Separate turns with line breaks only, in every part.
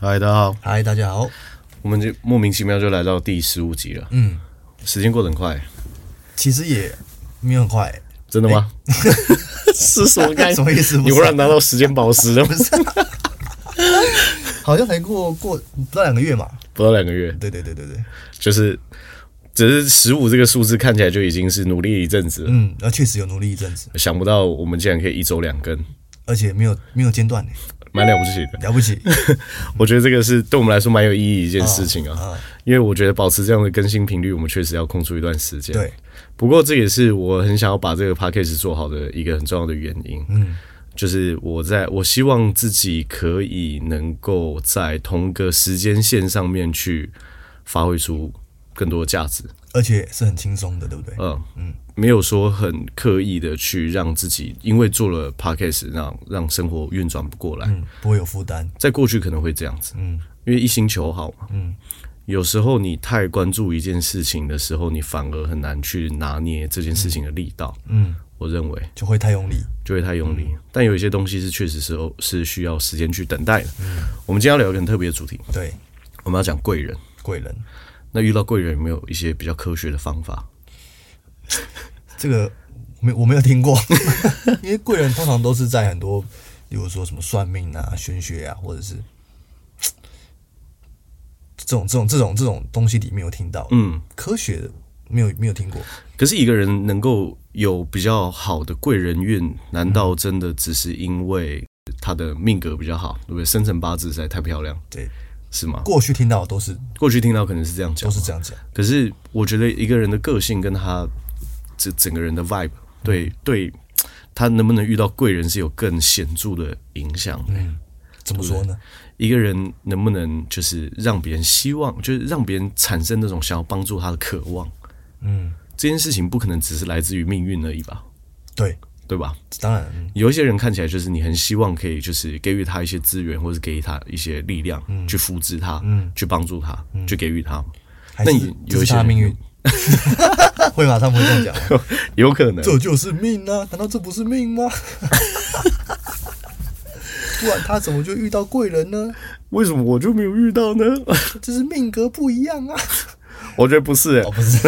嗨，大家好，
嗨，大家好。
我们就莫名其妙就来到第十五集了，
嗯，
时间过得很快，
其实也没有很快、
真的吗？ 是什么概念？
哎什么意思不
你
是
忽然拿到时间宝石了吗？
好像才过过不到两个月嘛。
不到两个月，
对对对对对，
就是只是十五这个数字看起来就已经是努力了一阵子了，
嗯，然后确实有努力一阵子，
想不到我们竟然可以一周两更，
而且没有没有间断，
蛮了不起的。
了不起。
我觉得这个是对我们来说蛮有意义一件事情啊，
啊
因为我觉得保持这样的更新频率，我们确实要空出一段时间。
对，
不过这也是我很想要把这个 p a c k a g e 做好的一个很重要的原因。嗯，就是我在我希望自己可以能够在同个时间线上面去发挥出更多的价值。
而且是很轻松的，对不对？
嗯嗯，没有说很刻意的去让自己因为做了 p a c k a g e 让让生活运转不过来。
嗯，不会有负担。
在过去可能会这样子，嗯，因为一心求好嘛，嗯，有时候你太关注一件事情的时候，你反而很难去拿捏这件事情的力道，嗯，我认为
就会太用力。
就会太用力。但有一些东西是确实是是需要时间去等待的。我们今天要聊一个很特别的主题，
对，
我们要讲贵人。
贵人
那遇到贵人有没有一些比较科学的方法？
这个没我没有听过， 因为贵人通常都是在很多，比如说什么算命啊、玄学啊，或者是这种这种这种这种东西里面有听到。嗯，科学的没有没有听过。
可是一个人能够有比较好的贵人运，难道真的只是因为他的命格比较好，对不对？生辰八字实在太漂亮，
对，
是吗？
过去听到的都是
过去听到可能是这样讲
都，是这样讲，
可是我觉得一个人的个性跟他这整个人的 vibe，对
嗯
对，他能不能遇到贵人是有更显著的影响
嗯
的。
怎么说呢？
一个人能不能就是让别人希望，就是让别人产生那种想要帮助他的渴望，
嗯，
这件事情不可能只是来自于命运而已吧，
对，
对吧？
当然，嗯
有一些人看起来就是你很希望可以就是给予他一些资源，或是给予他一些力量，
嗯
去扶持他，去帮助他，去给予他。
还
那你
是
有
这
一
是
些
他
人
的命运， 会吗？他们会这样讲吗，
有可能，
这就是命啊！难道这不是命吗？ 不然他怎么就遇到贵人呢？
为什么我就没有遇到呢？
这是命格不一样啊！
我觉得不是、欸，
哦，不是，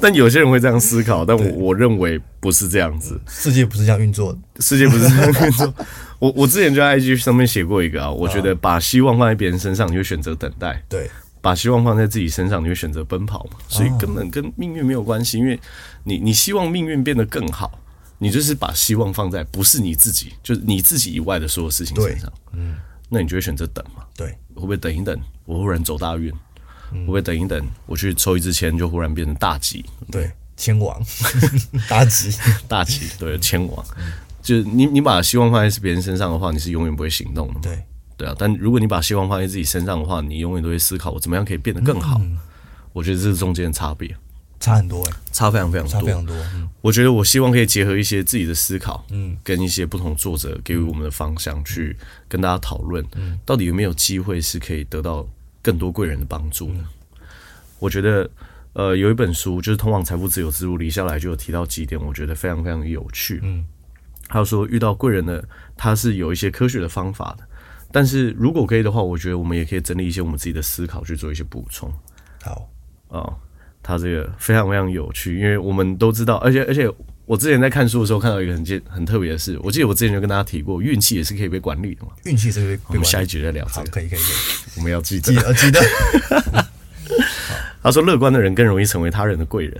但有些人会这样思考，但我我认为不是这样子，
世界不是这样运作的。
世界不是这样运作。 我我之前就在 IG 上面写过一个啊，我觉得把希望放在别人身上，你会选择等待；
对，
把希望放在自己身上，你会选择奔跑嘛。所以根本跟命运没有关系，因为你你希望命运变得更好，你就是把希望放在不是你自己，就是你自己以外的所有事情身上。嗯，那你就会选择等嘛。
对，
会不会等一等，我忽然走大运？会不会等一等，我去抽一支签，就忽然变成大吉？
对，千王 妲己，
大吉，对，签王。就是你你把希望放在别人身上的话，你是永远不会行动的嘛。
对，
对啊，但如果你把希望放在自己身上的话，你永远都会思考我怎么样可以变得更好。我觉得这是中间的差别，
差很多哎、
差非常非常
差
多。
非常多。嗯，
我觉得我希望可以结合一些自己的思考，嗯，跟一些不同作者给予我们的方向，去跟大家讨论，到底有没有机会是可以得到更多贵人的帮助呢？我觉得，呃，有一本书就是《通往财富自由之路》，李笑来就有提到几点，我觉得非常非常有趣。嗯，还有说遇到贵人呢，他是有一些科学的方法的，但是如果可以的话，我觉得我们也可以整理一些我们自己的思考去做一些补充。
好，
哦，他这个非常非常有趣，因为我们都知道，而且而且我之前在看书的时候看到一个很见很特别的事，我记得我之前就跟大家提过，运气也是可以被管理的嘛。
运气这个被
我
被
们
玩
下一集再聊这
好，
个，
可以可以可以，
我们要记得
记。得记得。
他说，乐观的人更容易成为他人的贵人，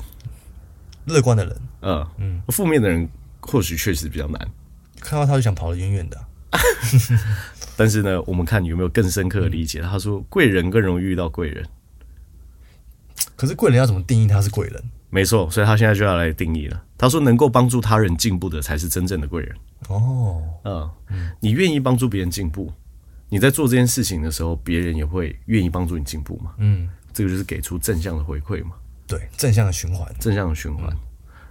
乐观的人
呃，负面的人或许确实比较难，
看到他就想跑得远远的啊、
但是呢，我们看有没有更深刻的理解。他说，贵人更容易遇到贵人，
可是贵人要怎么定义他是贵人？
没错，所以他现在就要来定义了。他说，能够帮助他人进步的才是真正的贵人。
哦，
嗯，你愿意帮助别人进步，你在做这件事情的时候，别人也会愿意帮助你进步嘛？
嗯，
这个就是给出正向的回馈嘛，
对，正向的循环，
正向的循环。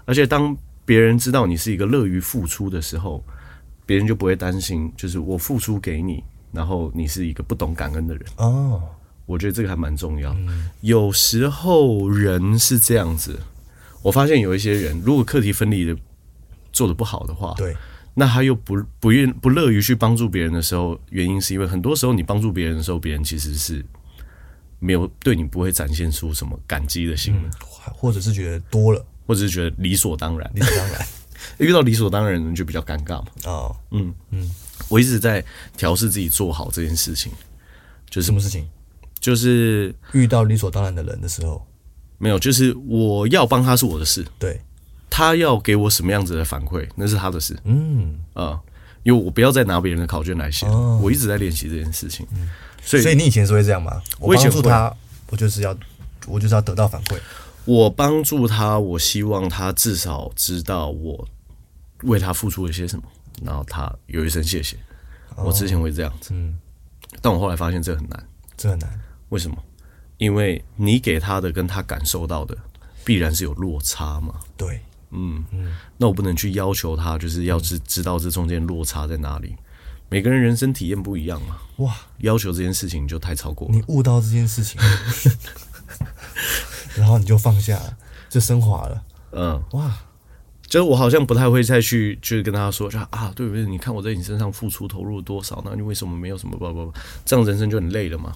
而且当别人知道你是一个乐于付出的时候，别人就不会担心，就是我付出给你，然后你是一个不懂感恩的人。
哦，
我觉得这个还蛮重要。有时候人是这样子，我发现有一些人，如果课题分离的做的不好的话，
对，
那他又不不愿不乐于去帮助别人的时候，原因是因为很多时候你帮助别人的时候，别人其实是没有对你不会展现出什么感激的心
嗯
的，
或者是觉得多了，
或者是觉得理所当然。
理所当然
遇到理所当然的人就比较尴尬嘛。
哦。
嗯我一直在调试自己做好这件事情，
什么事情？
就是
遇到理所当然的人的时候，
没有，就是我要帮他是我的事，
对，
他要给我什么样子的反馈那是他的事。
嗯，哦
啊、因为我不要再拿别人的考卷来写了，我一直在练习这件事情，所以
所以你以前是会这样吗？我
我以前
帮助他，我就是要，我就是要得到反馈。
我帮助他，我希望他至少知道我为他付出了些什么，然后他有一声谢谢。我之前会这样子，
嗯
但我后来发现这很难，
这很难，
为什么？因为你给他的跟他感受到的必然是有落差嘛。
对，
那我不能去要求他，就是要知知道这中间落差在哪里。每个人人生体验不一样嘛，
哇，
要求这件事情就太超过了。
你悟到这件事 情，然后你就放下了，就升华了，
嗯，
哇，
就是我好像不太会再去，就是跟他说，就啊，对不对？你看我在你身上付出投入了多少，那你为什么没有什么吧吧吧？这样人生就很累了嘛。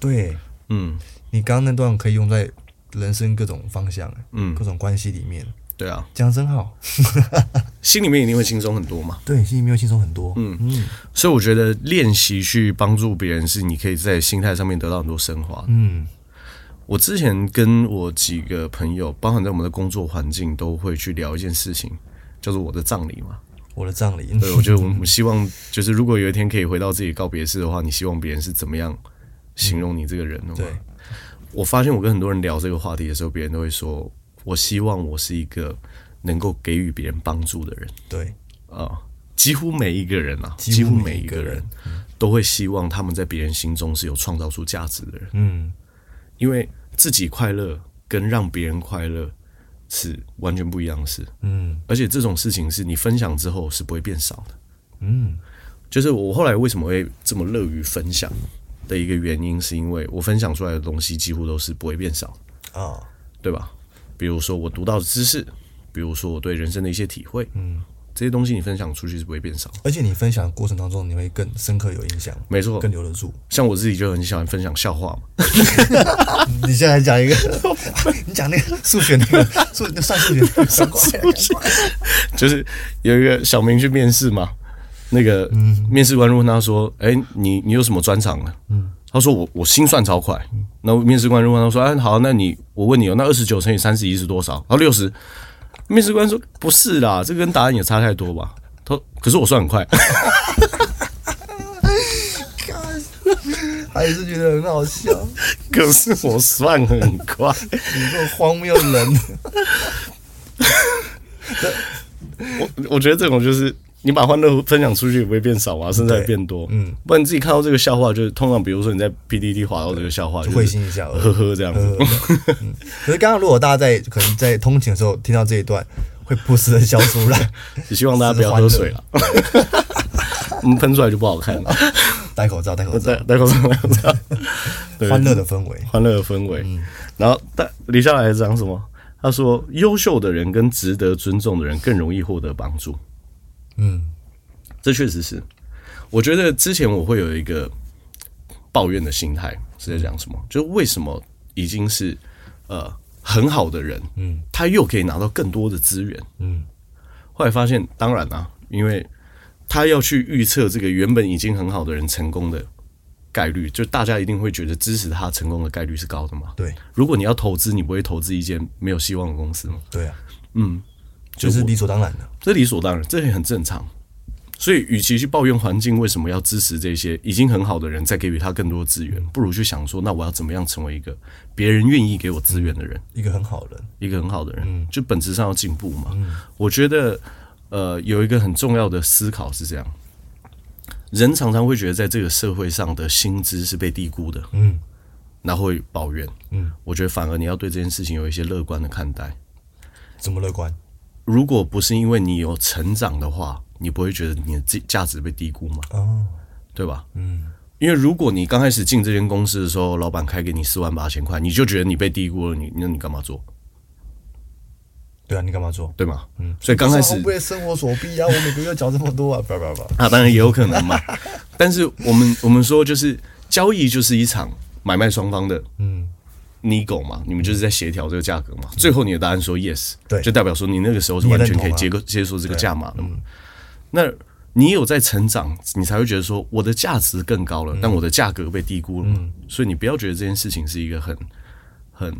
对
嗯，
你刚刚那段可以用在人生各种方向，
嗯
各种关系里面，
对啊，
讲得真好，
心里面一定会轻松很多嘛。
对，心里面会轻松很多，嗯嗯，
所以我觉得练习去帮助别人，是你可以在心态上面得到很多升华。嗯，我之前跟我几个朋友，包含在我们的工作环境，都会去聊一件事情，叫做我的葬礼嘛。
我的葬礼，
对，我觉得我们希望，就是如果有一天可以回到自己告别式的话，你希望别人是怎么样形容你这个人的吗？
对，
我发现我跟很多人聊这个话题的时候，别人都会说，我希望我是一个能够给予别人帮助的人。
对，
啊，几乎每一个人啊，
几乎
几乎
每
每
一
一
个
个
人
人都会希望他们在别人心中是有创造出价值的人，
嗯，
因为自己快乐跟让别人快乐是完全不一样的事。
嗯，
而且这种事情是你分享之后是不会变少的。
嗯，
就是我后来为什么会这么乐于分享的一个原因，是因为我分享出来的东西几乎都是不会变少的。
哦，
对吧？比如说我读到的知识，比如说我对人生的一些体会，嗯，这些东西你分享出去是不会变少的。
而且你分享的过程当中，你会更深刻有印象，
没错
更，留得住。
像我自己就很喜欢分享笑话嘛，
你现在讲 一个，你讲那个数学那个数算数学那个，算数学
就是有一个小明去面试嘛，那个面试官就问他说：“哎、你你有什么专长啊？”嗯，他说我：“我心算超快。那面试官就问他说：“哎、好，那你我问你哦，那二十九乘以三十一是多少？”然后六十。面试官说：“不是啦，这跟答案也差太多吧？”他说：“可是我算很快。”
还是觉得很好笑，
可是我算很快。
你这种荒谬的人，
我我觉得这种就是你把欢乐分享出去也不会变少啊，甚至还变多。嗯，不然你自己看到这个笑话，就是通常比如说你在 PDD 划到这个笑话，就
会心一笑
呵呵这样子。
呃嗯可是刚刚如果大家在可能在通勤的时候听到这一段，会不时的笑出来，
也希望大家不要喝水了， 我们喷出来就不好看了。
戴口罩，戴口罩，
戴戴口罩，戴口罩，对
欢乐的氛围，
欢乐的氛围。然后但李笑来讲什么？他说：“优秀的人跟值得尊重的人更容易获得帮助。”
嗯，
这确实是。我觉得之前我会有一个抱怨的心态是在讲什么？就是为什么已经是呃很好的人，嗯，他又可以拿到更多的资源，嗯。后来发现，当然啊，因为他要去预测这个原本已经很好的人成功的概率，就大家一定会觉得支持他成功的概率是高的嘛。
对
如果你要投资，你不会投资一间没有希望的公司吗？
对啊，
嗯，
就是理所当然的，
这理所当然，这也很正常。所以，与其去抱怨环境为什么要支持这些已经很好的人，再给予他更多资源，不如去想说，那我要怎么样成为一个别人愿意给我资源的人，
一个很好的人，
一个很好的人，就本质上要进步嘛。我觉得，呃，有一个很重要的思考是这样：人常常会觉得在这个社会上的薪资是被低估的，
嗯，
然后会抱怨，嗯，我觉得反而你要对这件事情有一些乐观的看待，
怎么乐观？
如果不是因为你有成长的话，你不会觉得你的价价值被低估嘛？
哦，
对吧？嗯，因为如果你刚开始进这间公司的时候，老板开给你四万八千块，你就觉得你被低估了，你那你干嘛做？
对啊，你干嘛做？
对吗？嗯，所以刚开始
我为了生活所逼啊，我每个月缴这么多啊，叭叭叭。
啊，当然也有可 能嘛。但是我们我们说，就是交易就是一场买卖双方的，嗯，nego 嘛，你们就是在协调这个价格嘛。最后你的答案说 yes，
嗯对
就代表说你那个时候是
你也
完全
认
可以
同啊嗯
接个接受这个价码的嘛。那你有在成长，你才会觉得说我的价值更高
嗯
了，但我的价格被低估了嘛。所以你不要觉得这件事情是一个很很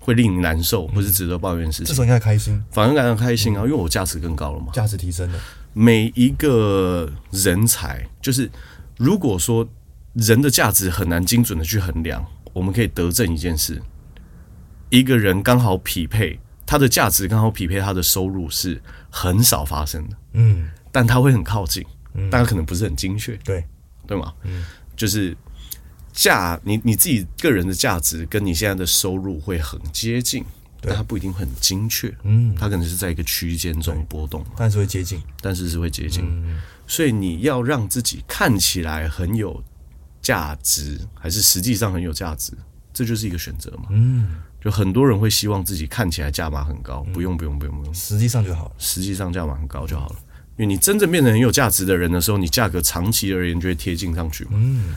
会令你难受
嗯
或是值得抱怨的事
这
情，
时候应该开心，
反而感到开
嗯
心啊，因为我价值更高了嘛。
价值提升了。
每一个人才，就是如果说人的价值很难精准的去衡量，我们可以得证一件事：一个人刚好匹配他的价值，刚好匹配他的收入是很少发生的，
嗯，
但他会很靠近，但他可能不是很精确，
对，
对吗？就是价，你你自己个人的价值跟你现在的收入会很接近，但它不一定很精确，嗯，它可能是在一个区间中波动。
但是会接近。
但是是会接近。所以你要让自己看起来很有价值，还是实际上很有价值，这就是一个选择嘛。嗯，就很多人会希望自己看起来价码很高，不用不用不用不用，
实际上就好了。
实际上价码很高就好了。因为你真正变成很有价值的人的时候，你价格长期而言就会贴近上去嘛。嗯，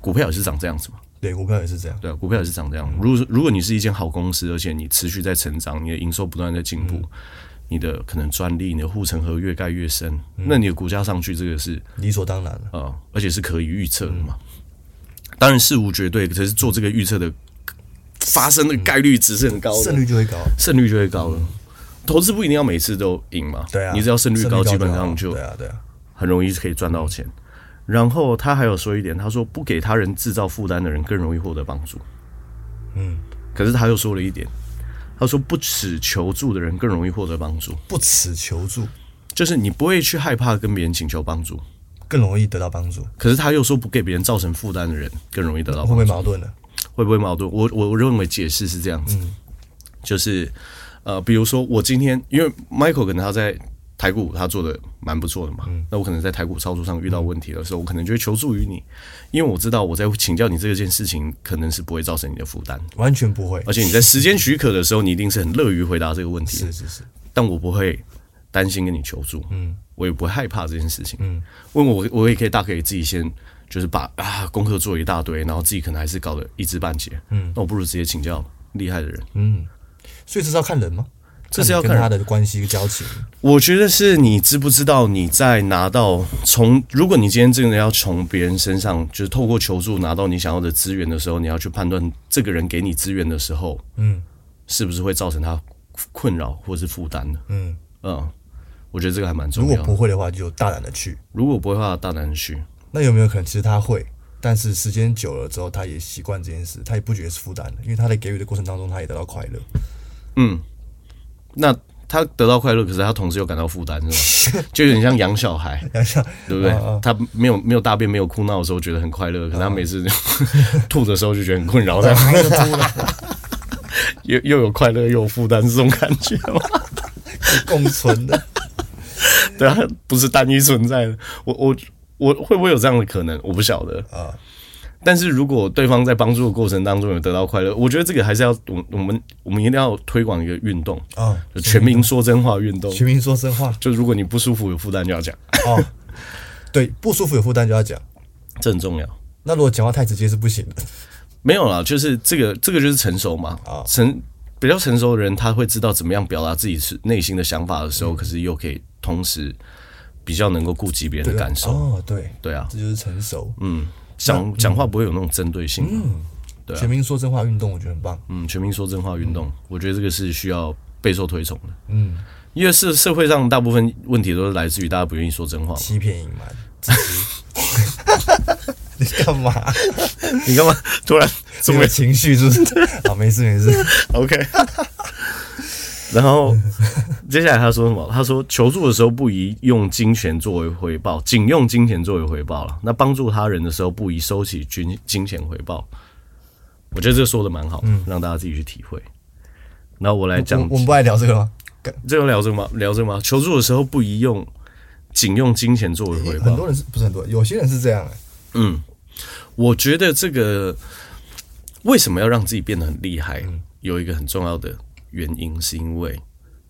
股票也是长这样子嘛。
对，股票也是这样。
对啊，股票也是长这样。如果如果你是一间好公司，而且你持续在成长，你的营收不断在进步，你的可能专利、你的护城河越盖越深，那你的股价上去，这个是
理所当然了。
呃，而且是可以预测的嘛。当然事无绝对，可是做这个预测的发生的概率值是很高的，
胜率就会高。
胜率就会高了。投资不一定要每次都赢嘛，
对啊，
你只要胜率高，基本
就好
上就
对啊，对啊，
很容易可以赚到钱。然后他还有说一点，他说不给他人制造负担的人更容易获得帮助。
嗯，
可是他又说了一点，他说不耻求助的人更容易获得帮助，
不耻求助，
就是你不会去害怕跟别人请求帮助。
更容易得到帮助，会
可是他又说不给别人造成负担的人更容易得到
不
帮助，
会矛盾呢？
会啊不会矛盾？我我我认为解释是这样子，就是呃，比如说我今天因为 Michael 可能他在台股他做的蛮不错的嘛，那我可能在台股操作上遇到问题的时候，我可能就会求助于你，因为我知道我在请教你这件事情可能是不会造成你的负担，
完全不会
而。且你在时间许可的时候，你一定是很乐于回答这个问题的
是是是，
但我不会担心跟你求助，嗯，我也不会害怕这件事情，嗯，问我我也可以大可以自己先就是把啊功课做一大堆，然后自己可能还是搞得一知半解，嗯，那我不如直接请教厉害的人，
所以这是要看人吗？
这是要
看
看
你
人
跟他的关系交情。
我觉得是你知不知道你在拿到从，如果你今天真的要从别人身上，就是透过求助拿到你想要的资源的时候，你要去判断这个人给你资源的时候，嗯，是不是会造成他困扰或是负担的，嗯嗯，我觉得这个还蛮重
如
要的。
果不会的话，就大胆的去。
如果不会的话，大胆地去。
那有没有可能，其实他会，但是时间久了之后，他也习惯这件事，他也不觉得是负担了，因为他在给予的过程当中，他也得到快 乐。
那他得到快乐，可是他同时又感到负担，是 吗？就有点像养小孩，
想想，
对不对？
啊
他没有没有大便，没有哭闹的时候觉得很快乐，可是他每次 吐的时候就觉得很困 扰，这样
然后就哭了，
又又有快乐又有负担这种感觉 吗？
共存的。
对啊，不是单一存在的。我我我会不会有这样的可能？我不晓得
啊。
但是如果对方在帮助的过程当中有得到快乐，我觉得这个还是要我我们我们一定要推广一个运动
啊
就全民说真话运动。
全民说真话
就如果你不舒服有负担就要讲，
哦，对，不舒服有负担就要讲。
这很重要。
那如果讲话太直接是不行的。
没有啦，就是这个，这个就是成熟嘛。成比较成熟的人，他会知道怎么样表达自己是内心的想法的时候，可是又可以同时比较能够顾及别人的感受。
哦，对，
对啊，嗯
这就是成熟。
讲讲话不会有那种针对啊性嘛。
全民说真话运动，我觉得很棒。
嗯，全民说真话运动，我觉得这个是需要备受推崇的。嗯，因为社社会上大部分问题都是来自于大家不愿意说真 话嘛。
欺骗、隐瞒、自私。你干嘛？
你干嘛突然这
这
么
么情绪是 不是？啊，没事没事。
OK 。然后接下来他说什么？他说求助的时候不宜用金钱作为回报，仅用金钱作为回报了。那帮助他人的时候不宜收取金金钱回报。我觉得这个说的蛮好，让大家自己去体会。那我来
嗯我
讲
我，们不爱聊这个吗？干
这个聊这个吗？聊这个吗？求助的时候不宜用仅用金钱作为回
很
报。
多人是不是很多人？有些人是这样、欸，
我觉得这个为什么要让自己变得很厉害，有一个很重要的原因，是因为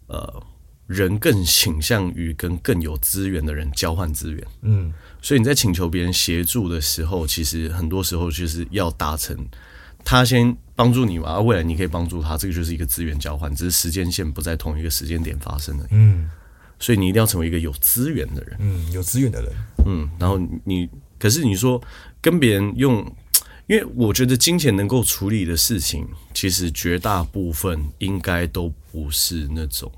呃人更倾向于跟更有资源的人交换资源。嗯，所以你在请求别人协助的时候，其实很多时候就是要达成他先帮助你嘛，啊未来你可以帮助他，这个就是一个资源交换，只是时间线不在同一个时间点发生的。
嗯
所以你一定要成为一个有资源的人。
嗯，有资源的人，
嗯，然后你可是你说跟别人用，因为我觉得金钱能够处理的事情，其实绝大部分应该都不是那种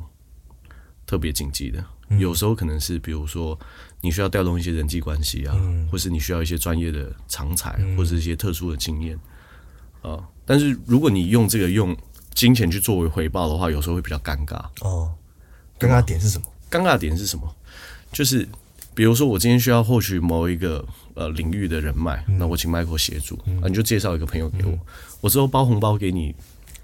特别紧急的。有时候可能是比如说你需要调动一些人际关系啊，或是你需要一些专业的常才，或是一些特殊的经验啊、但是如果你用这个用金钱去作为回报的话，有时候会比较尴尬。
哦，尴尬点是什么？
尴尬的点是什么？就是比如说，我今天需要获取某一个呃领域的人脉，那我请 Michael 协助，啊，你就介绍一个朋友给我，我之后包红包给你，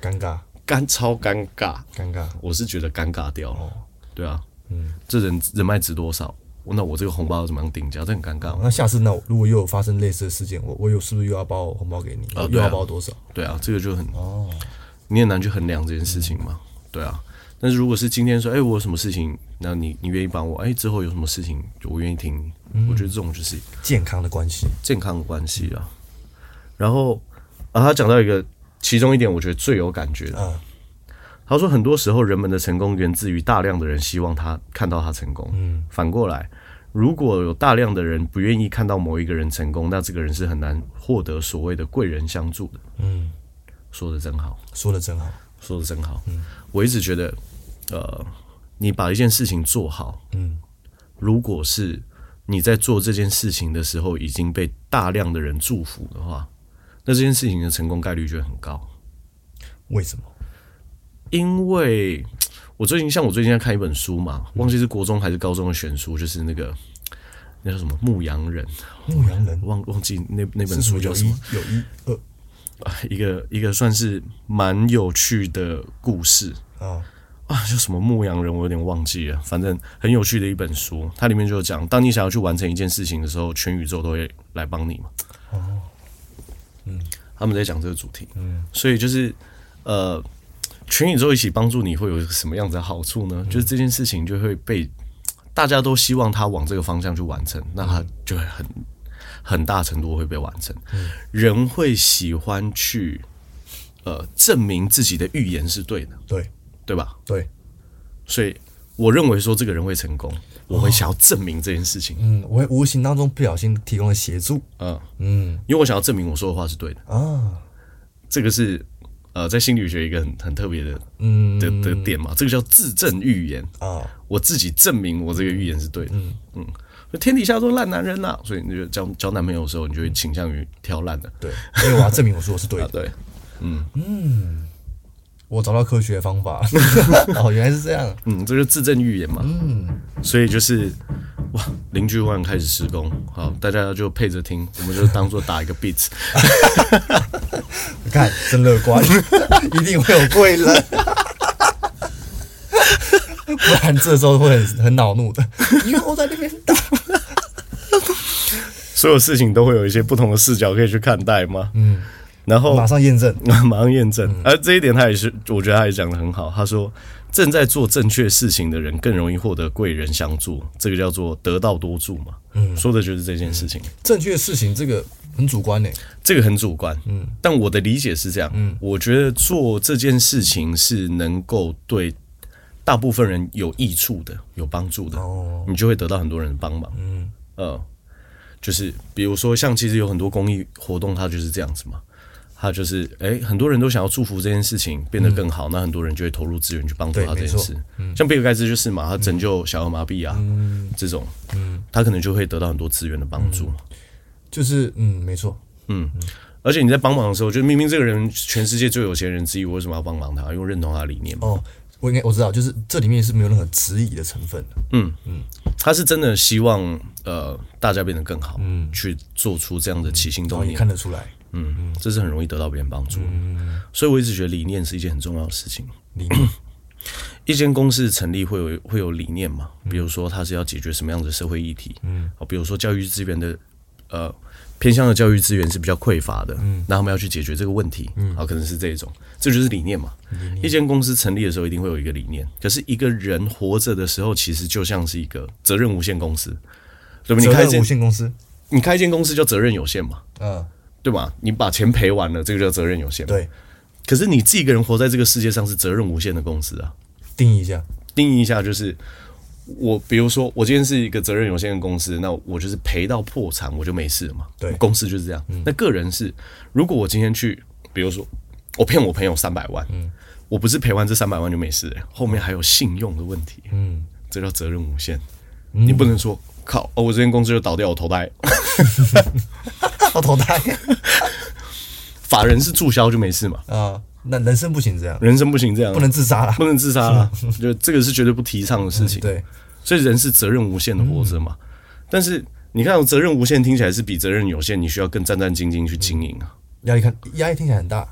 尴尬，
干超尴尬，
尴尬，
我是觉得尴尬掉了，对啊，嗯，这人人脉值多少？那我这个红包要怎么样定价？这很尴尬嘛，
那下次那我如果又有发生类似的事件，我我有是不是又要包红包给你？
啊
又
对啊
要包多少？
对啊，这个就很你很难去衡量这件事情嘛，对啊。但是如果是今天说，哎、我有什么事情，那你你愿意帮我？哎、之后有什么事情，我愿意听你。我觉得这种就是
健康的关系，
健康的关系啊。然后啊，他讲到一个其中一点，我觉得最有感觉的，
嗯
他说很多时候人们的成功源自于大量的人希望他看到他成功，嗯，反过来。如果有大量的人不愿意看到某一个人成功，那这个人是很难获得所谓的贵人相助的。
嗯，
说的真好，
说的真好，
说的真好。
嗯
我一直觉得，呃，你把一件事情做好，
嗯，
如果是你在做这件事情的时候已经被大量的人祝福的话，那这件事情的成功概率就会很高。
为什么？
因为我最近像我最近在看一本书嘛，忘记是国中还是高中的选书，就是那个那叫什么《牧羊人》，
牧羊人
忘忘记那那本
是什
书
么？
叫
有
什么
一。有一二
一个一个算是蛮有趣的故事
啊，
啊，叫什么牧羊人，我有点忘记了，反正很有趣的一本书。它里面就有讲，当你想要去完成一件事情的时候，全宇宙都会来帮你嘛。哦，嗯，他们在讲这个主题，嗯，所以就是呃，全宇宙一起帮助你会有什么样子的好处呢？就是这件事情就会被大家都希望它往这个方向去完成，那它就会很很大程度会被完成。人会喜欢去呃证明自己的预言是对的，
对
对吧？
对，
所以我认为说这个人会成功，我会想要证明这件事情，
哦嗯，我会无形当中不小心提供了协助，
嗯，
嗯
因为我想要证明我说的话是对的。
啊，
这个是呃，在心理学一个很很特别的
嗯
的的点嘛，这个叫自证预言。
啊，
我自己证明我这个预言是对的。嗯嗯，所以天底下都烂男人呐、所以你就交交男朋友的时候，你就会倾向于挑烂的。
对，所以我要证明我说的是对
啊
的，，
对，
我找到科学的方 法，哦，原来是这样，
嗯，这就是自证预言嘛。嗯，所以就是哇，邻居忽然开始施工，好，大家就配着听，我们就当做打一个 beat。
你看真乐观， 一定会有贵人，不然这时候会很很恼怒的，你又在那边打，
所有事情都会有一些不同的视角可以去看待嘛。嗯，然后
马上验证，
马上验证。而这一点他也是，我觉得他也讲得很好。他说，正在做正确事情的人更容易获得贵人相助，这个叫做得道多助嘛。嗯，说的就是这件事情。
正确的事情这个很主观呢，欸
这个很主观，嗯，但我的理解是这样，嗯，我觉得做这件事情是能够对大部分人有益处的、有帮助的，
哦
你就会得到很多人的帮忙，嗯，呃，就是比如说像其实有很多公益活动，它就是这样子嘛，它就是诶，很多人都想要祝福这件事情变得更好，那很多人就会投入资源去帮助
对
他这
没
件
错
事，像比尔盖茨就是嘛，他拯救小儿麻痹啊、这种，嗯，他可能就会得到很多资源的帮助，
就是嗯，没错，
而且你在帮忙的时候，就明明这个人全世界最有钱人之一，我为什么要帮忙他？因为我认同他的理念嘛。
哦，我应该我知道，就是这里面是没有任何质疑的成分的，
他是真的希望呃大家变得更好，嗯，去做出这样的起心
然后
动
也
念，
看得出来，
嗯，这是很容易得到别人帮助的。所以我一直觉得理念是一件很重要的事情。
里面
一间公司成立会有会有理念嗯哦嘛？比如说它是要解决什么样子的社会议题，嗯，比如说教育资源的呃偏乡的教育资源是比较匮乏的，嗯，那他们要去解决这个问题，嗯，啊，可能是这种，这就是理念嘛。一间公司成立的时候一定会有一个理念，可是一个人活着的时候，其实就像是一个责任无限公司，对吧？你
责
开一
任
间
无限公司，
你开一间公司叫责任有限嘛，
嗯，
对吧？你把钱赔完了，这个叫责任有限。，
对，
可是你自己一个人活在这个世界上是责任无限的公司啊。
定义一 下，
定义一下，就是我比如说我今天是一个责任有限公司，那我就是赔到破产我就没事了嘛。
对嗯
公司就是这样。那个人是，如果我今天去，比如说我骗我朋友三百万，
嗯
我不是赔完这三百万就没事、后面还有信用的问题，嗯，这叫责任无限。
嗯
你不能说靠，哦，我这间公司就倒掉，我投胎，
要投胎
法人是注销就没事嘛，
啊，那人生不行这样，
人生不行这样，啊
不能自杀啦
不。能自杀啦，就这个是绝对不提倡的事情。
嗯对，
所以人是责任无限的活着嘛。但是你看，责任无限听起来是比责任有限，你需要更战战兢兢去经营啊。
压力看压力听起来很大，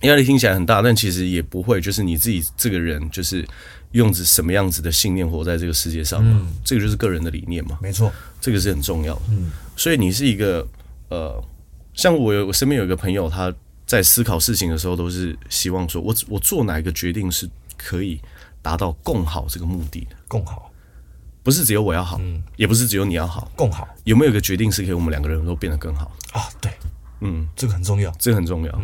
压力听起来很大，但其实也不会，就是你自己这个人就是用着什么样子的信念活在这个世界上嘛。这个就是个人的理念嘛，
没错，
这个是很重要的。所以你是一个呃，像我有我身边有一个朋友，他在思考事情的时候都是希望说我我做哪一个决定是可以达到共好这个目的的，
共好，
不是只有我要好，也不是只有你要好。
共好
有没有一个决定是可以我们两个人都变得更好，
啊，对，嗯，这个很重要，
这个很重要。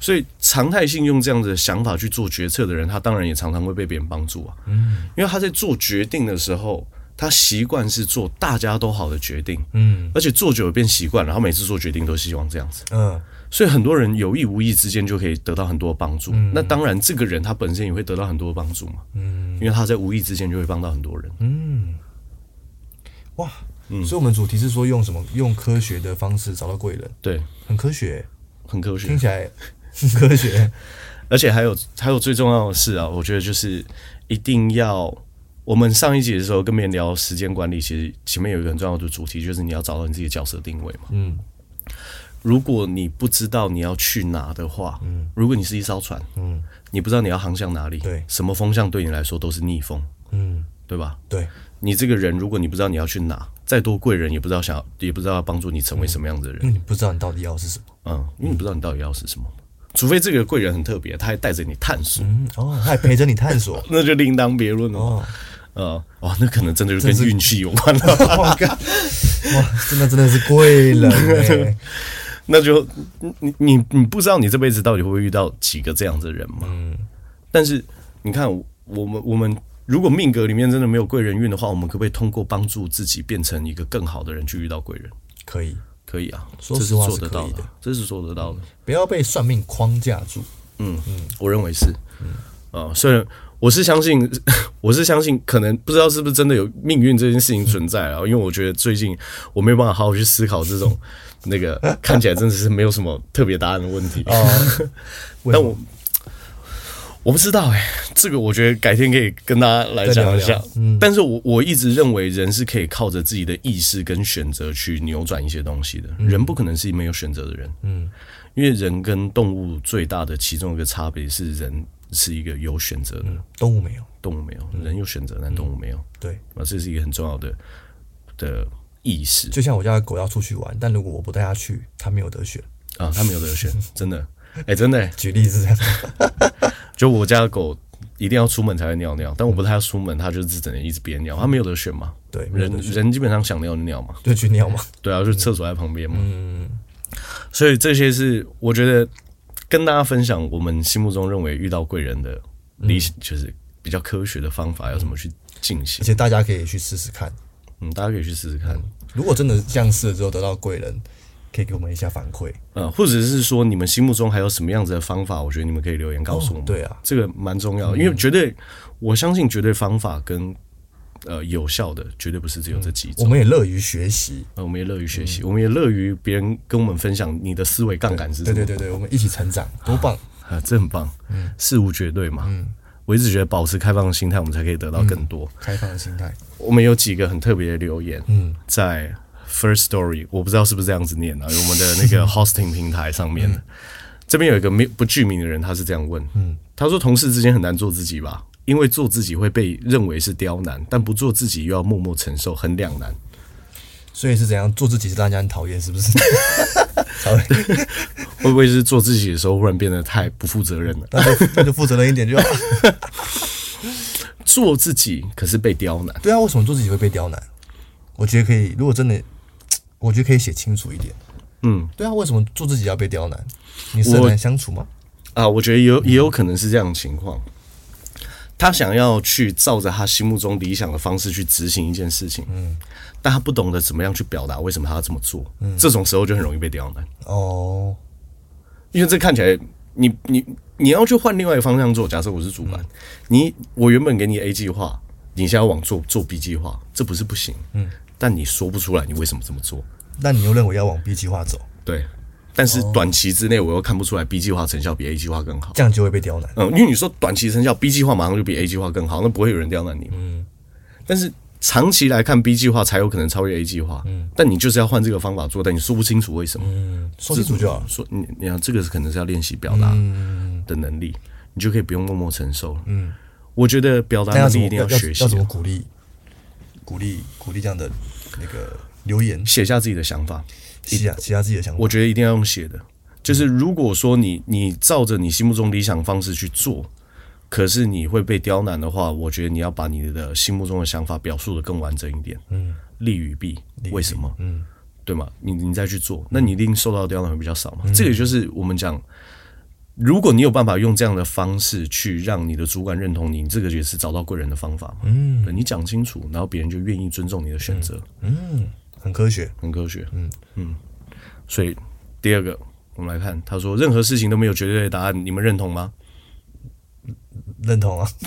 所以常态性用这样的想法去做决策的人，他当然也常常会被别人帮助啊。嗯，因为他在做决定的时候，他习惯是做大家都好的决定。嗯，而且做久了变习惯了，他每次做决定都希望这样子，
嗯，
所以很多人有意无意之间就可以得到很多帮助。那当然，这个人他本身也会得到很多帮助嘛。嗯，因嗯为他在无意之间就会帮到很多人。
哇，
嗯
所以我们主题是说用什么？用科学的方式找到贵人，
对，
很科学，
很科学
听。起来很 科学，
而且还有还有最重要的是啊，我觉得就是一定要。我们上一集的时候跟别人聊时间管理，其实前面有一个很重要的主题，就是你要找到你自己的角色定位嘛。嗯，如果你不知道你要去哪的话，嗯，如果你是一艘船，嗯，你不知道你要航向哪里，
对
什么风向对你来说都是逆风，
嗯，
对吧？
对，
你这个人，如果你不知道你要去哪，再多贵人也不知道想要，也不知道要帮助你成为什么样的人，
因为你不知道你到底要的是什么，
嗯，因为你不知道你到底要是什么。除非这个贵人很特别，他还带着你探索，
嗯，哦，他还陪着你探索
，那就另当别论哦。
哦，
呃，哇，那可能真的就跟运气有关 了。
哇，干哇，真的真的是贵人 哎，
那就你你你不知道你这辈子到底会不会遇到几个这样子的人嘛？
嗯
但是你看，我们我们如果命格里面真的没有贵人运的话，我们可不可以通过帮助自己变成一个更好的人去遇到贵人？
可以，
可以啊，
说
这
实
是
话
做
是
得
可
到
以
的
的，
这是做得到的。
不要被算命框架住，
嗯，我认为是。呃，虽然我是相信， 我是相信，可能不知道是不是真的有命运这件事情存在啊。因为我觉得最近我没有办法好好去思考这种那个看起来真的是没有什么特别答案的问题。
哦，为什
但
么
我我不知道哎、这个我觉得改天可以跟大家来
再
讲
聊
一
一
下
聊。嗯
但是我我一直认为人是可以靠着自己的意识跟选择去扭转一些东西的，
嗯
人不可能是没有选择的人。嗯，因为人跟动物最大的其中一个差别是人是一个有选择的，
动物没有，
动物没
嗯
有，人有选择，但动物没有。
对，
啊，这是一个很重要的的意识
就像我家的狗要出去玩，但如果我不带它去，它没有得选，
啊，他们有得 选，真的，哎、真的、欸，
举例是这样，
就我家的狗一定要出门才会尿尿，但我不太要出门，它就是只能一直憋尿，它没有得选嘛。
对，没有
人
得选
人基本上想尿就尿嘛，
就去尿嘛，
对啊，就厕所在旁边嘛。
嗯
所以这些是我觉得跟大家分享我们心目中认为遇到贵人的
嗯
理想，就是比较科学的方法，要怎么去进
而
行。
且大家可以去试试看，
嗯，大家可以去试试看。
如果真的这样试了之后得到贵人，可以给我们一下反馈，
呃，或者是说你们心目中还有什么样子的方法？我觉得你们可以留言告诉我们。
对啊，
这个蛮重要的，因
嗯
为绝对我相信绝对方法跟呃有效的绝对不是只有这几种。
我们也乐于学习，
呃，我们也乐于学习，
嗯
我们也乐于别人跟我们分享你的思维杠杆是什
对
么
对嗯对对，我们一起成长，多棒！
啊，这很棒，事无绝对嘛。
嗯
我一直觉得保持开放的心态，我们才可以得到更多。
开放的心态，
我们有几个很特别的留言，嗯，在 First Story，我不知道是不是这样子念啊，有我们的那 个 hosting 平台上面的。这边有一个没不具名的人，他是这样问，嗯，他说同事之间很难做自己吧，因为做自己会被认为是刁难，但不做自己又要默默承受，很两难。
所以是怎样做自己，让人家很讨厌，是不是？
会不会是做自己的时候忽然变得太不负责任了？
那就那就负责任一点就好。
做自己可是被刁难，
对啊，为什么做自己会被刁难？我觉得可以，如果真的，我觉得可以写清楚一点。
嗯，
对啊，为什么做自己要被刁难？你是很难相处吗？
啊，我觉得也有也有可能是这样的情况。他想要去照着他心目中理想的方式去执行一件事情，嗯，但他不懂得怎么样去表达为什么他要这么做，嗯，这种时候就很容易被刁难，
哦，
因为这看起来你你你要去换另外一个方向做。假设我是主管，你我原本给你 A 计划，你现在往做做 B 计划，这不是不行，嗯，但你说不出来你为什么这么做，
那你又认为要往 B 计划走，
对，但是短期之内我又看不出来 B 计划成效比 A 计划更好。
这样就会被刁难。
嗯，因为你说短期生效，B 计划马上就比 A 计划更好，那不会有人刁难你。嗯，但是长期来看，B 计划才有可能超越 A 计划。嗯，但你就是要换这个方法做，但你说不清楚为什么。
嗯，说清楚就好了。
说你，你要这个是可能是要练习表
嗯
达的能力，你就可以不用默默承受了。嗯，我觉得表达
但要
能
怎
啊力
么
一定
要
学习
要，怎么鼓励鼓励鼓励这样的那个留言，
写下自己的想法。
写下写下自己的想法。
我觉得一定要用写的。就是如果说你你照着你心目中理想方式去做，可是你会被刁难的话，我觉得你要把你的心目中的想法表述的更完整一点。嗯，利与弊，为什么？嗯，对吗？你你再去做，那你一定受到的刁难会比较少嘛。这个就是我们讲，如果你有办法用这样的方式去让你的主管认同你，你这个也是找到贵人的方法嘛。嗯，你讲清楚，然后别人就愿意尊重你的选择。
很科学，
很科学。嗯嗯，所以第二个，我们来看，他说任何事情都没有绝对的答案，你们认同吗？
认同啊？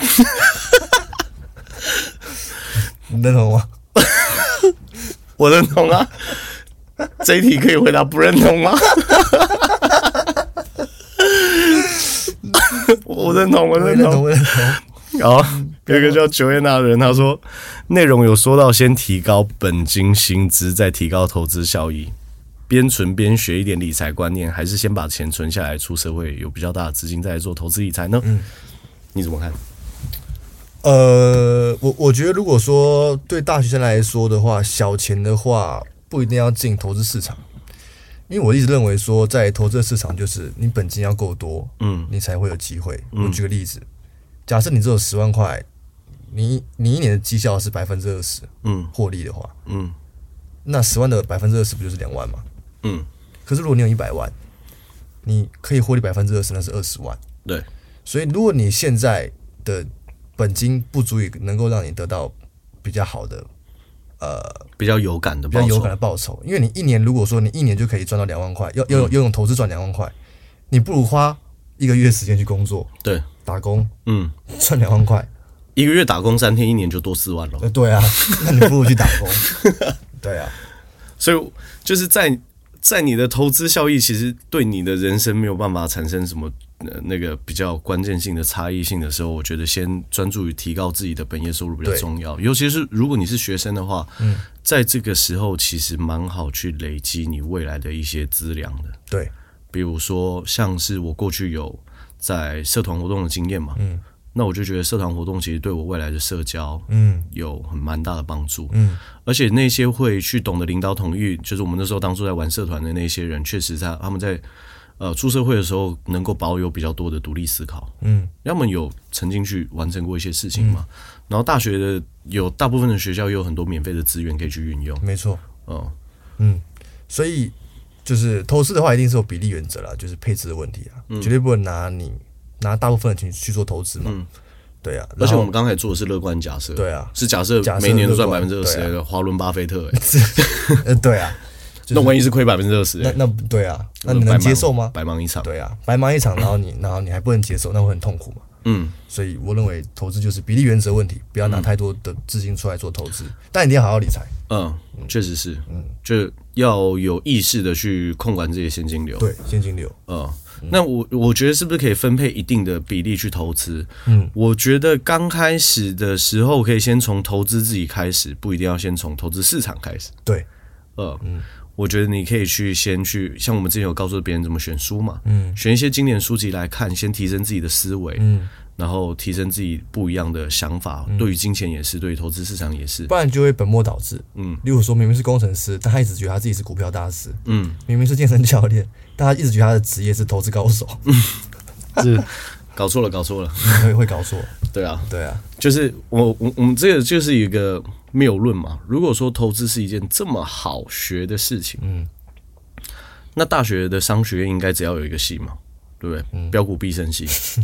你认同吗？
我认同 啊。这一题可以回答不认同 吗？我认同，我
我也
认
认
同
同，。我也认同。
好，
嗯
有一个叫九月娜
啊
的人，他说内容有说到先提高本金薪资，再提高投资效益，边存边学一点理财观念，还是先把钱存下来，出社会有比较大的资金再来做投资理财呢？
嗯
你怎么看？
呃，我我觉得如果说对大学生来说的话，小钱的话不一定要进投资市场，因为我一直认为说，在投资市场就是你本金要够多，嗯，你才会有机会。
嗯
我举个例子，假设你只有十万块，你你一年的绩效是百分之二十，
嗯，
获利的话，
嗯
那十万的百分之二十不就是两万吗？
嗯，
可是如果你有一百万，你可以获利百分之二十，那是二十万。
对，
所以，如果你现在的本金不足以能够让你得到比较好的、
比较有感的
比
报酬，
较有感的报酬，嗯因为你一年如果说你一年就可以赚到两万块，要要要用投资赚两万块，你不如花一个月时间去工作
对，
打工
嗯，
赚两万块。
一个月打工三天，一年就多四万了。
呃，对 啊，那你不如去打 工。对啊，
所以就是在在你的投资效益，其实对你的人生没有办法产生什么呃那个比较关键性的差异性的时候，我觉得先专注于提高自己的本业收入比较
对
重要。尤其是如果你是学生的话，嗯，在这个时候其实蛮好去累积你未来的一些资粮的。
对，
比如说像是我过去有在社团活动的经验嘛，嗯，那我就觉得社团活动其实对我未来的社交，
嗯，
有很蛮大的帮助，嗯，而且那些会去懂得领导统御，就是我们那时候当初在玩社团的那些人，确实在他们在呃出社会的时候能够保有比较多的独立思考，
嗯，
要么有曾经去完成过一些事情嘛，然后大学的有大部分的学校也有很多免费的资源可以去运用，
没错。
嗯，
所以就是投资的话，一定是有比例原则啦，就是配置的问题啊，绝对不能拿你拿大部分的钱去做投资嘛。对啊，
而
然
且我
后
们刚才做的是乐观假设，
对啊
是假设
假设
每年都赚
乐
百分
观
之二十
对啊
的华伦巴菲特、欸，
呃对啊，就是
那万一是亏百分之二十，
那
欸
那不对啊，那
就
你
白
能
忙
接受吗？
白忙一场，
对啊，白忙一场，然后你然后你还不能接受，那会很痛苦嘛。
嗯，
所以我认为投资就是比例原则问题，不要拿太多的资金出来做投资，但一定要好好理财。
嗯，确实是，就要有意识的去控管自己的现金流，
对，现金流，
嗯，那我我觉得是不是可以分配一定的比例去投资？嗯，我觉得刚开始的时候可以先从投资自己开始，不一定要先从投资市场开始。
对，
呃，我觉得你可以去先去，像我们之前有告诉别人怎么选书嘛，嗯，选一些经典书籍来看，先提升自己的思维，嗯，然后提升自己不一样的想法，对于金钱也是，对于投资市场也是
不。然就会本末倒置。嗯，例如说明明是工程师，但他一直觉得他自己是股票大师；
嗯，
明明是健身教练，但他一直觉得他的职业是投资高手，
是
搞错了，搞错了，
会会搞错。
对啊，
对啊，
就是我我我们这个就是一个谬论嘛。如果说投资是一件这么好学的事情，
嗯，
那大学的商学院应该只要有一个系嘛，对不对？
嗯
标股必胜系。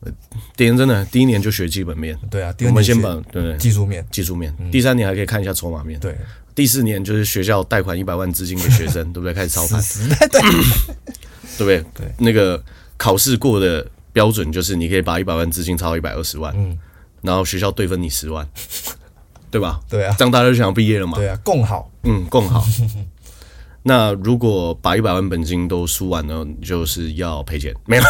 呃第一年真的第一年就学基本面，
对啊。第
我
二
们
年
先
学
把对不对
技术面，
技术面，第三年还可以看一下筹码面，
对，
第四年就是学校贷款一百万资金给学 生，对不对？开始操盘，对不对？
对
那个考试过的标准就是你可以把一百万资金超到一百二十万，
嗯
然后学校对分你十 万，对吧？
对啊
这样大家就想要毕业了嘛？
对啊，共好，
嗯，更 好。那如果把一百万本金都输完了，你就是要赔钱， 没有？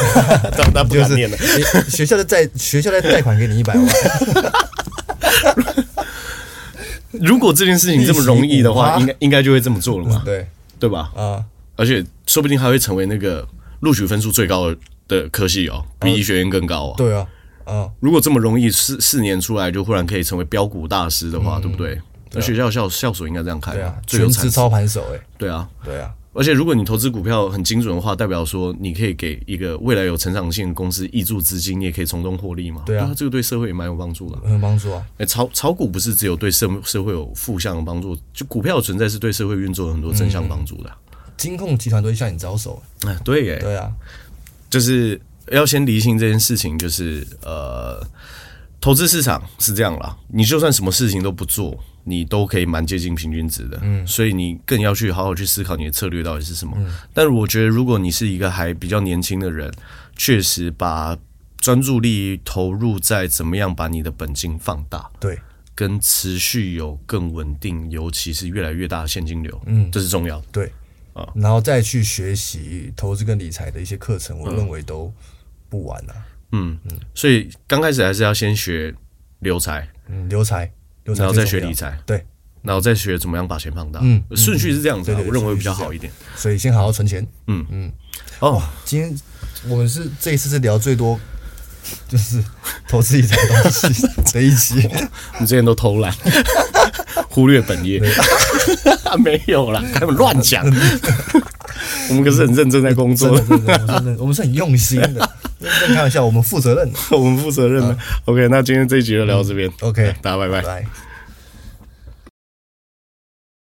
当然不
就
敢
是
念了。
学 学校的贷学校在贷款给你一百 万，
如果这件事情这么容易的话，
利息五趴
应该应该就会这么做了嘛？
对
对吧？
啊，
而且说不定还会成为那个录取分数最高的的科系哦，比医学院更高哦。
对啊，啊，
如果这么容易四四年出来就忽然可以成为标股大师的话，对不对？那学校校校所应该这样开
嗯啊对啊，
最有
全
产
职操盘手，哎，
对啊。
对啊，
而且如果你投资股票很精准的话，代表说你可以给一个未来有成长性的公司挹注资金，你也可以从中获利嘛。
对啊
这个对社会也蛮有帮助的。
很有帮助啊，
哎、炒炒股不是只有对社社会有负向的帮助，就股票的存在是对社会运作有很多正向帮助的。
金控集团都会向你招手，
哎、对耶，
对啊，
就是要先厘清这件事情，就是呃，投资市场是这样啦，你就算什么事情都不做，你都可以蛮接近平均值的，嗯，所以你更要去好好去思考你的策略到底是什么。
嗯
但我觉得，如果你是一个还比较年轻的人，确实把专注力投入在怎么样把你的本金放大，
对，
跟持续有更稳定，尤其是越来越大的现金流，嗯，这是重要的。
对，
啊
然后再去学习投资跟理财的一些课程，我认为都不晚啊。
嗯，所以刚开始还是要先学留财，
嗯，留财，留财
然后
最
再学
重要
理，财，
对，
然后再学怎么样把钱放大。
嗯
顺序是这样子、啊，
对对
我认为比较好一点。
所以先好好存钱。
哦，
今天我们是这一次是聊最多，就是投资理财的东西的 一期。
你之前都偷 懒，忽略本业， 没有啦，他们乱讲。 我们可是很认真在工
真
作
的，，真的，我们真的，我们是很用心的。认真开玩笑，我们负责任的。嗯
我们负责任的。OK，那今天这一集就聊到这边。
OK，
大家拜拜。
拜。